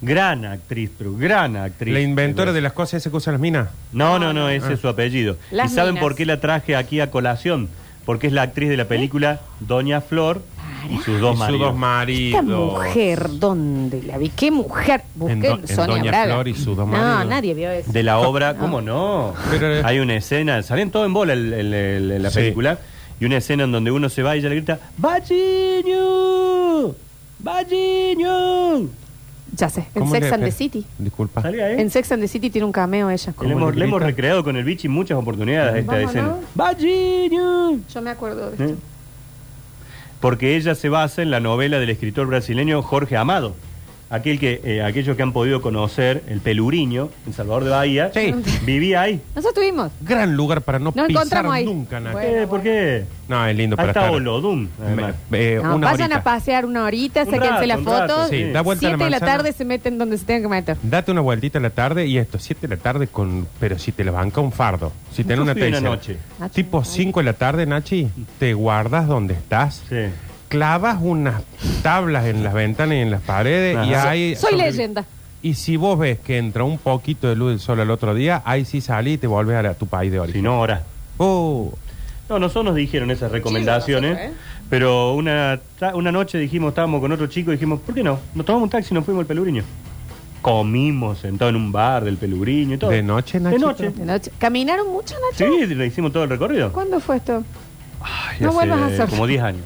Gran actriz, pero gran actriz. Eh,
La Ah. inventora de las cosas esas que usan las minas.
No, no, no, ese es su apellido.
Las
¿Y saben
minas.
por qué la traje aquí a colación? Porque es la actriz de la película
¿Eh?
Doña Flor y sus dos
Y sus
maridos.
dos maridos.
Esta mujer, ¿dónde la vi? ¿Qué mujer?
En
Busqué
do-
en
en
Sonia
Doña
Braga.
Flor y sus
no,
dos maridos.
nadie vio eso.
De la obra, ¿cómo no?
Pero-
Hay una escena, salen todo en bola el- el- el- la
Sí.
película, y una escena en donde uno se va y ella le grita, ¡Bachiño! ¡Bachiño!
Ya sé, en
¿Cómo
Sex
le-
and the City.
Disculpa.
Salí ahí.
En Sex and the City tiene un cameo ella.
Le hemos,
le
le hemos
Ah. grita?
recreado con el bichi muchas oportunidades esta
Vamos,
escena.
¿no?
¡Bajiño!
Yo me acuerdo de
¿Eh? Porque ella se basa en la novela del escritor brasileño Jorge Amado. Aquel que, eh, aquellos que han podido conocer, el peluriño, en Salvador de Bahía,
Sí.
vivía ahí.
Nosotros tuvimos.
Gran lugar para no,
No
pisar
encontramos ahí.
nunca, Nachi.
Bueno,
Eh, ¿Por qué?
No, es lindo
Ahí
para
está
estar.
Olodum, además.
Me- eh,
No,
una
vayan
horita.
a pasear una horita,
Un
sáquense
rato,
las
un rato,
fotos.
Sí, da vuelta a
Siete
la
de la
manzana.
tarde se meten donde se tengan que meter.
Date una vueltita a la tarde y esto, 7 de la tarde, con pero si te la banca un fardo, si tenés
Yo
una
fui una
taser,
noche.
Nachi,
tipo
ay.
5 de la tarde, Nachi, te guardas donde estás,
Sí.
clavas unas tablas en las ventanas y en las paredes y
Ajá.
ahí...
Soy
sobre-
leyenda.
Y si vos ves que entra un poquito de luz del sol al otro día, ahí sí salí y te volvés a, la- tu país de
Si
origen.
no, ahora.
Oh,
No, nosotros nos dijeron esas recomendaciones,
Sí, nosotros, ¿eh?
pero una, ta- una noche dijimos, estábamos con otro chico, y dijimos, ¿por qué no? Nos tomamos un taxi y nos fuimos al Peluriño. Comimos sentados en un bar del Peluriño y todo.
¿De noche,
De
Nachito?
noche.
De noche. ¿Caminaron mucho, Nacho?
Sí, le hicimos todo el recorrido.
¿Cuándo fue esto?
Ay,
No
hace
vuelvas a hacerlo.
Como 10 años.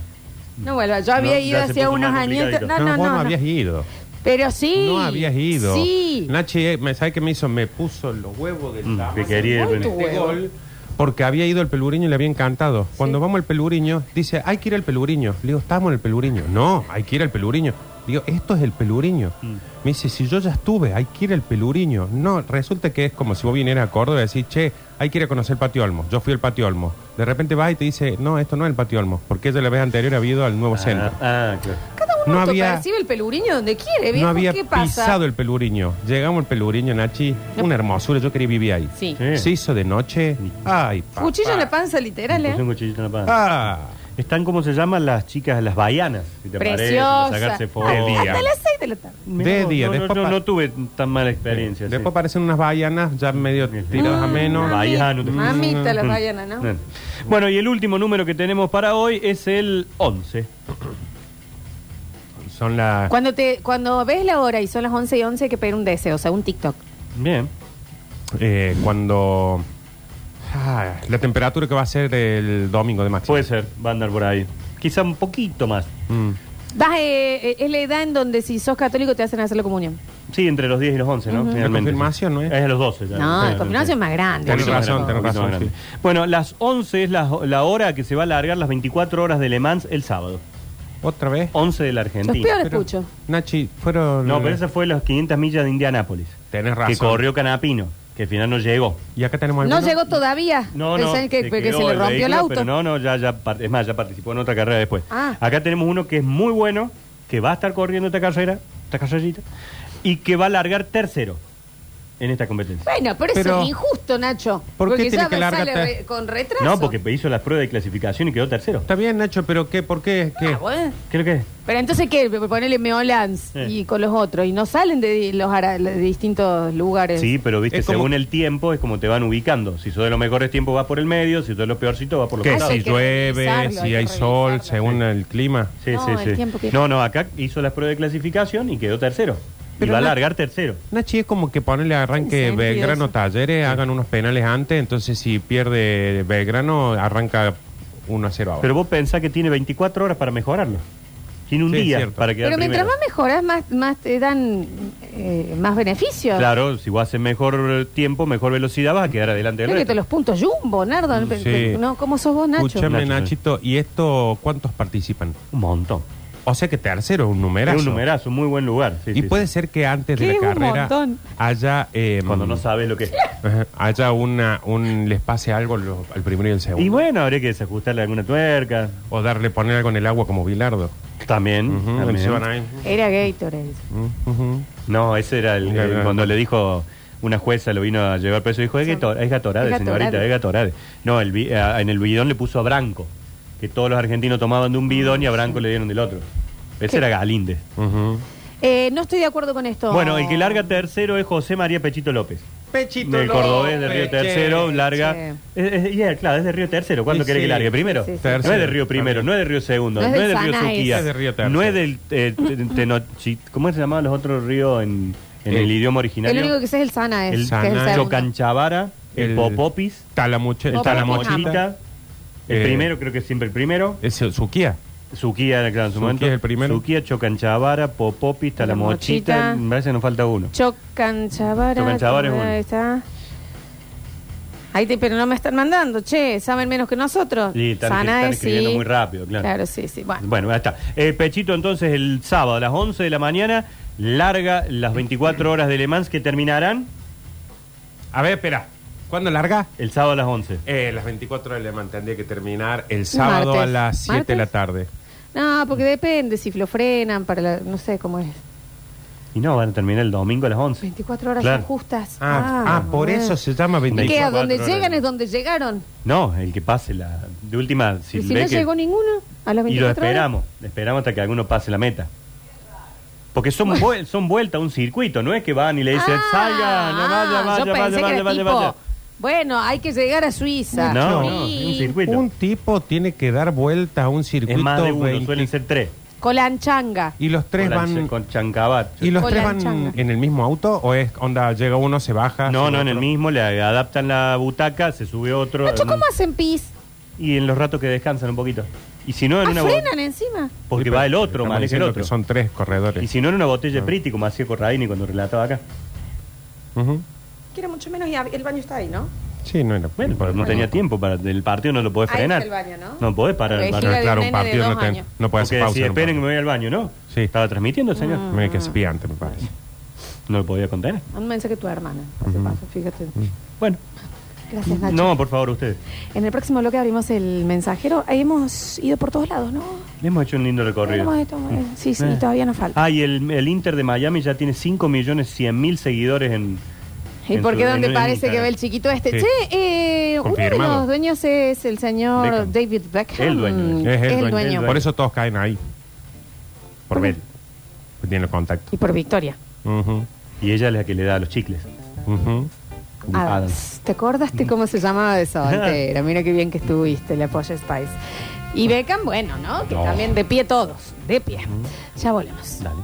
No, bueno, yo había
No,
ido
ya se
hace
puso
unos
más
añitos.
complicadito.
No, Ah, no,
vos no,
no. no.
habías ido.
Pero sí.
No habías ido.
Sí.
Nachi, eh, me- ¿sabe qué me hizo? Me puso los huevos del
Mm,
tamaño
que quería,
de
René.
este gol, Porque había ido el peluriño y le había encantado. Cuando vamos al peluriño, dice, hay que ir al peluriño. Le digo, estamos en el peluriño. No, hay que ir al peluriño. Digo, esto es el peluriño.
Mm.
Me dice, si yo ya estuve, hay que ir al peluriño. No, resulta que es como si vos vinieras a Córdoba y decís, che, hay que ir a conocer el Patio Olmo. Yo fui al Patio Olmo. De repente vas y te dice, no, esto no es el Patio Olmo. Porque ella la vez anterior había ido al nuevo centro.
Ah, ah, claro.
Cada uno
No
no
había-
percibe el peluriño donde quiere. viejo.
No había
¿Qué pasa?
pisado el peluriño. Llegamos al peluriño, Nachi. Una hermosura, yo quería vivir ahí.
Sí.
Sí.
Se hizo de noche. Ay, papá.
Cuchillo en la panza, literal,
Puse
¿eh?
un cuchillito en la panza.
Ah,
Están como se llaman las chicas, las baianas, si te parece,
Preciosa.
para sacarse fotos.
De día.
Hasta las seis de la tarde.
Mirá
De
vos,
día,
no, no,
después
yo
pa-
no tuve tan mala experiencia. sí.
después aparecen unas bayanas ya medio tiradas a menos.
Ah.
Mami. Bahiano.
Mamita, las
Mm.
vayan, ¿no?
Bien. Bueno, y el último número que tenemos para hoy es el 11.
Son las.
Cuando, te, cuando ves la hora y son las 11 y 11 hay que pedir un deseo, o sea, un TikTok.
Bien.
eh, cuando. Ah, la temperatura que va a ser el domingo de máximo.
Puede ser, va a andar por ahí. Quizá un poquito más.
Mm.
Vas, eh, eh, es la edad en donde si sos católico te hacen hacer la comunión.
Sí, entre los 10 y los 11, ¿no?
Ujú.
Finalmente.
La confirmación, ¿no es?
Es a los 12. ya.
No,
Sí,
el confirmación es más grande.
Tenés
Sí.
razón, tenés
Un poquito
razón,
más grande. Bueno, las 11 es la, la hora que se va a alargar las 24 horas de Le Mans el sábado.
¿Otra vez?
11 de la
Los
Argentina.
peores
Pero,
escucho.
Nachi, fueron...
No, pero esa fue las 500 millas de Indianápolis.
Tenés
Que
razón.
corrió Canapino, que al final no llegó.
Y acá tenemos
No
alguno.
llegó todavía.
No, no.
Pensé que, que
quedó
se le
el
rompió el
vehículo,
auto.
Pero no, no, ya, ya, par- es más, ya participó en otra carrera después.
Ah.
Acá tenemos uno que es muy bueno, que va a estar corriendo esta carrera, esta carrerita, y que va a largar tercero en esta competencia.
Bueno, pero, eso
Pero-
es injusto, Nacho.
¿Por qué
porque
tiene
ya
que largar
sale
tan-
re- con retraso. Ah,
No, porque hizo las pruebas de clasificación y quedó tercero.
Está bien, Nacho, pero ¿qué? ¿Por qué? ¿Qué?
Ah, bueno.
Creo que es.
Pero entonces, ¿qué? Ponerle Meolans
Eh.
y con los otros. Y no salen de di- los ara- de distintos lugares.
Sí, pero viste,
Es como-
según el tiempo es como te van ubicando. Si sos de los mejores tiempos vas por el medio, si sos de los peorcitos vas por los
¿Qué?
Eso hay
Si
que
llueve,
revisarlo, hay
si
que
hay sol,
revisarlo.
según el clima.
Sí,
No,
sí,
el
sí.
tiempo que-
No, no, acá hizo las pruebas de clasificación y quedó tercero. y
Pero
va a
no-
largar tercero.
Nachi, es como que ponerle
Tiene
arranque
sentido
Belgrano
eso.
Talleres, hagan unos penales antes, entonces si pierde Belgrano, arranca 1 a 0 ahora.
Pero vos pensás que tiene 24 horas para mejorarlo. Tiene un
Sí, es
día
cierto.
para quedar
Pero mientras
primero.
más mejoras, más, más te dan eh, más beneficios.
Claro, si vos haces mejor tiempo, mejor velocidad, vas a quedar adelante del
Creo que te
resto.
los puntos jumbo, Nardo.
Sí.
Pe- No, ¿Cómo sos vos, Nacho?
Escúchame,
Nacho,
Nachito, ¿y esto cuántos participan?
Un montón.
O sea que tercero es un numerazo.
Es un numerazo, muy buen lugar. Sí,
Y
sí,
puede
sí.
ser que antes de
¿Qué?
la
Un
carrera
montón.
haya eh,
Cuando no sabes lo que es.
ajá, haya una un les pase algo lo- al primero y al segundo.
Y bueno, habría que desajustarle alguna tuerca.
O darle poner algo en el agua como Bilardo.
También.
Ujú,
Mm, también. Mm,
se van ahí.
Era Gatorade.
Ujú.
No, ese era el,
Mira,
el-
mira.
cuando le dijo una jueza, lo vino a llevar preso, dijo, es, gato- es gatorade,
Es gatorade.
señorita, es gatorade. No, el bi- a- en el bidón le puso a Branco, que todos los argentinos tomaban de un bidón y a Branco le dieron del otro. Ese
¿Qué?
era Galíndez.
Ujú.
Eh, no estoy de acuerdo con esto.
Bueno, el que larga tercero es José María Pechito López.
Pechito
Del cordobés de Río
López,
Tercero,
che.
larga. Es, es- y es- claro, es de Río Tercero. ¿Cuándo
Sí,
quiere
sí.
que largue? ¿Primero?
Sí, sí, sí.
No es de
Tercero,
Río Primero,
también.
no es de Río Segundo, no,
No es
es
del
de Río
Sanaes.
Suquía.
Es de Río Tercero.
No es del. eh, te- te- Tenochi- ¿Cómo se llamaban los otros ríos en, en el
El-
idioma
El
originario?
único que sé es el Sana. Es,
El
que es
Sana,
segundo.
Chocanchavara, el,
El-
Popopis,
Talamuche,
el
Popopis,
Talamochita, el
Eh,
primero, creo que es siempre el primero.
Es el Suquía.
Suquía, claro, en su
Suquía
momento.
es el primero.
Suquía, Chocanchavara, Popopis, Talamochita.
Talamochita.
Me parece que nos falta uno.
Chocanchabara.
Chocanchabara es
ahí
bueno.
está. Ahí te, pero no me están mandando, che, saben menos que nosotros.
Sí, están-
Sanae,
están escribiendo
sí.
muy rápido, claro.
Claro, sí, sí. Bueno,
Bueno, ya está. Eh, Pechito, entonces, el sábado a las 11 de la mañana, larga las 24 horas de Le Mans que terminarán
A ver, espera. ¿Cuándo larga?
el sábado a las 11.
Eh, las 24 de Le Mans tendría que terminar el sábado
Martes.
a las 7 de la
Martes.
tarde.
no, porque depende si lo frenan para la, no sé cómo es.
Y no, van a terminar el domingo a las 11.
24 horas
Claro.
son justas.
Ah, ah, por
bueno.
eso se llama
¿Y ¿Qué?
24
¿A donde
horas.
llegan es donde llegaron?
No, el que pase la. De última, si,
y si
ve
no
que-
llegó ninguno, a las 24
Y lo
horas?
esperamos, esperamos hasta que alguno pase la meta. Porque son, vuel- son vueltas a un circuito, no es que van y le dicen,
Ah,
salga,
ah,
no vaya,
yo pensé
vaya, vaya,
que
vaya,
era
vaya,
tipo,
vaya.
Bueno, hay que llegar a Suiza.
No,
Sí.
no, es un
Y-
circuito.
Un tipo tiene que dar vuelta a un circuito.
es más de uno,
20.
suelen ser tres.
Colanchanga.
Y los tres
Con la-
van.
Con Chancabat.
¿Y los
Con
tres
la
van
changa.
en el mismo auto? ¿O es onda, llega uno, se baja?
No,
se
no, en
otro?
el mismo, le adaptan la butaca, se sube otro.
Nacho,
en-
¿cómo hacen pis?
Y en los ratos que descansan un poquito. Y si no, en
Ah,
una bo-
frenan encima.
Porque
Sí,
va
pero
el otro,
estamos
maneja el
diciendo
otro.
que son tres Ah. corredores.
Y si no, en una botella de Priti, como hacía Corradini cuando relataba acá.
Ujú.
Que era mucho menos y ab- el baño está ahí, ¿no?
Sí, no era.
Bueno, pero no tenía tiempo para el partido, no lo podés
Ah. Ahí
frenar.
está el baño, ¿no?
No podés parar el
No,
Vejiga
partido.
de
claro,
un
un
nene de
partido
dos
no, ten-
años.
no puede hacer
Porque
pausa.
si
en un
esperen que me
partido.
voy al baño, ¿no?
Sí.
Estaba
Ah.
transmitiendo, señor.
Me que espiante, me parece.
No lo podía contener.
Un mensaje que tu hermana. Pase, pase, fíjate.
Bueno,
Gracias, Nacho.
no, por favor, ustedes.
En el próximo bloque abrimos el mensajero. Ahí hemos ido por todos lados, ¿no?
Hemos hecho un lindo recorrido.
Hemos hecho- eh, Sí, sí,
Eh.
todavía nos falta.
Ah, y el, el Inter de Miami ya tiene 5.100.000 seguidores en.
¿Y
en
por
su-
qué
en-
donde
en
parece que
Instagram.
ve el chiquito este?
Sí.
Che, eh, uno de
Confirmado.
los dueños es el señor
Beckham.
David Beckham.
El dueño.
Es el, dueño.
dueño.
Por eso todos caen ahí.
¿Por
Por
qué?
ver. Porque tiene el contacto.
Y por Victoria.
Ujú,
Y ella es la que le da los chicles.
ujú.
Adams. ¿Te acordaste cómo se llamaba de soltera? Mira qué bien que estuviste, la Polla Spice. Y Beckham, bueno, ¿no? Que
No.
también de pie todos, de pie. Ya volvemos.
Dale.